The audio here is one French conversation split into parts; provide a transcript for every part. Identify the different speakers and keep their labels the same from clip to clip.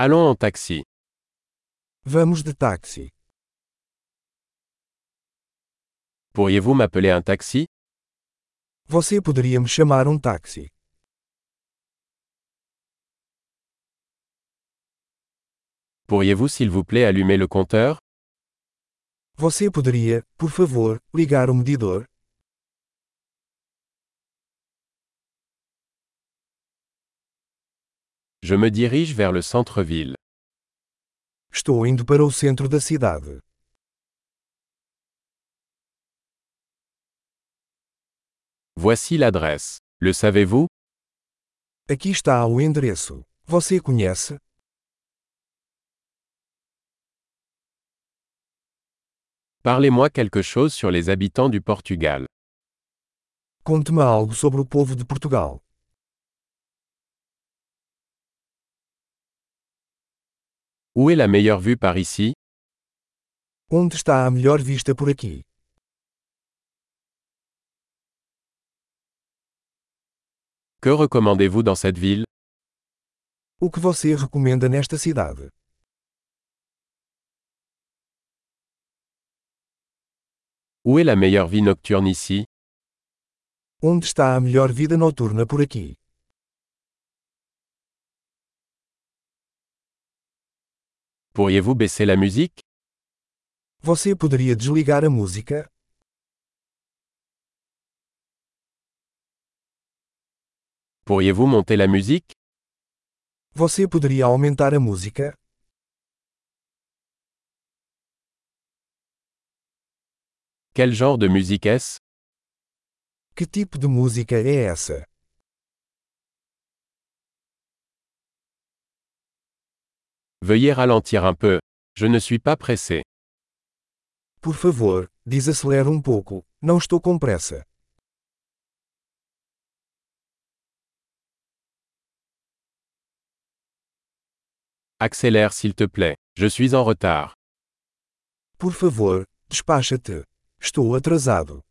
Speaker 1: Allons en taxi.
Speaker 2: Vamos de táxi.
Speaker 1: Pourriez-vous m'appeler un taxi
Speaker 2: Você poderia me chamar um táxi?
Speaker 1: Pourriez-vous s'il vous plaît allumer le compteur
Speaker 2: Você poderia, por favor, ligar o medidor?
Speaker 1: Je me dirige vers le centre-ville.
Speaker 2: Estou indo para o centro da cidade.
Speaker 1: Voici l'adresse. Le savez-vous
Speaker 2: Aqui está o endereço. Você conhece?
Speaker 1: Parlez-moi quelque chose sur les habitants du Portugal.
Speaker 2: Conte-me algo sobre o povo de Portugal.
Speaker 1: Où est la meilleure vue par ici
Speaker 2: Onde está a melhor vista por aqui?
Speaker 1: Que recommandez-vous dans cette ville
Speaker 2: O que você recomenda nesta cidade?
Speaker 1: Où est la meilleure vie nocturne ici
Speaker 2: Onde está a melhor vida noturna por aqui?
Speaker 1: Pourriez-vous baisser la musique
Speaker 2: Você poderia desligar a música?
Speaker 1: Pourriez-vous monter la musique
Speaker 2: Você poderia aumentar a música?
Speaker 1: Quel genre de musique est-ce
Speaker 2: Que tipo de música é essa?
Speaker 1: Veuillez ralentir un peu. Je ne suis pas pressé.
Speaker 2: Por favor, desacelera um pouco. Não estou com pressa.
Speaker 1: Accélère s'il te plaît. Je suis en retard.
Speaker 2: Por favor, despacha-te. Estou atrasado.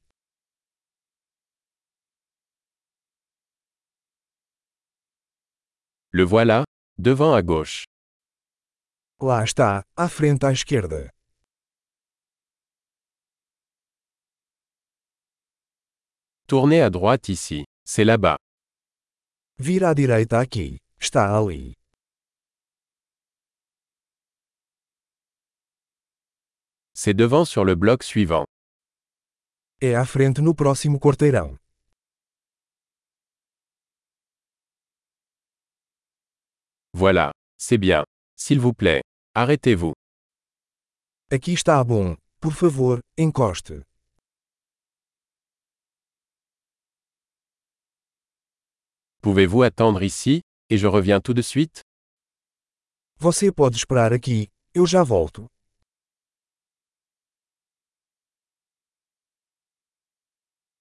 Speaker 1: Le voilà, devant à gauche.
Speaker 2: Lá está, à frente à esquerda.
Speaker 1: Tournez à droite ici. C'est là-bas.
Speaker 2: Vira à direita aqui. Está ali.
Speaker 1: C'est devant sur le bloc suivant.
Speaker 2: É à frente no próximo quarteirão.
Speaker 1: Voilà. C'est bien. S'il vous plaît. Arrêtez-vous.
Speaker 2: Aqui está bom. Por favor, encoste.
Speaker 1: Pouvez-vous attendre ici, et je reviens tout de suite
Speaker 2: Você pode esperar aqui, eu já volto.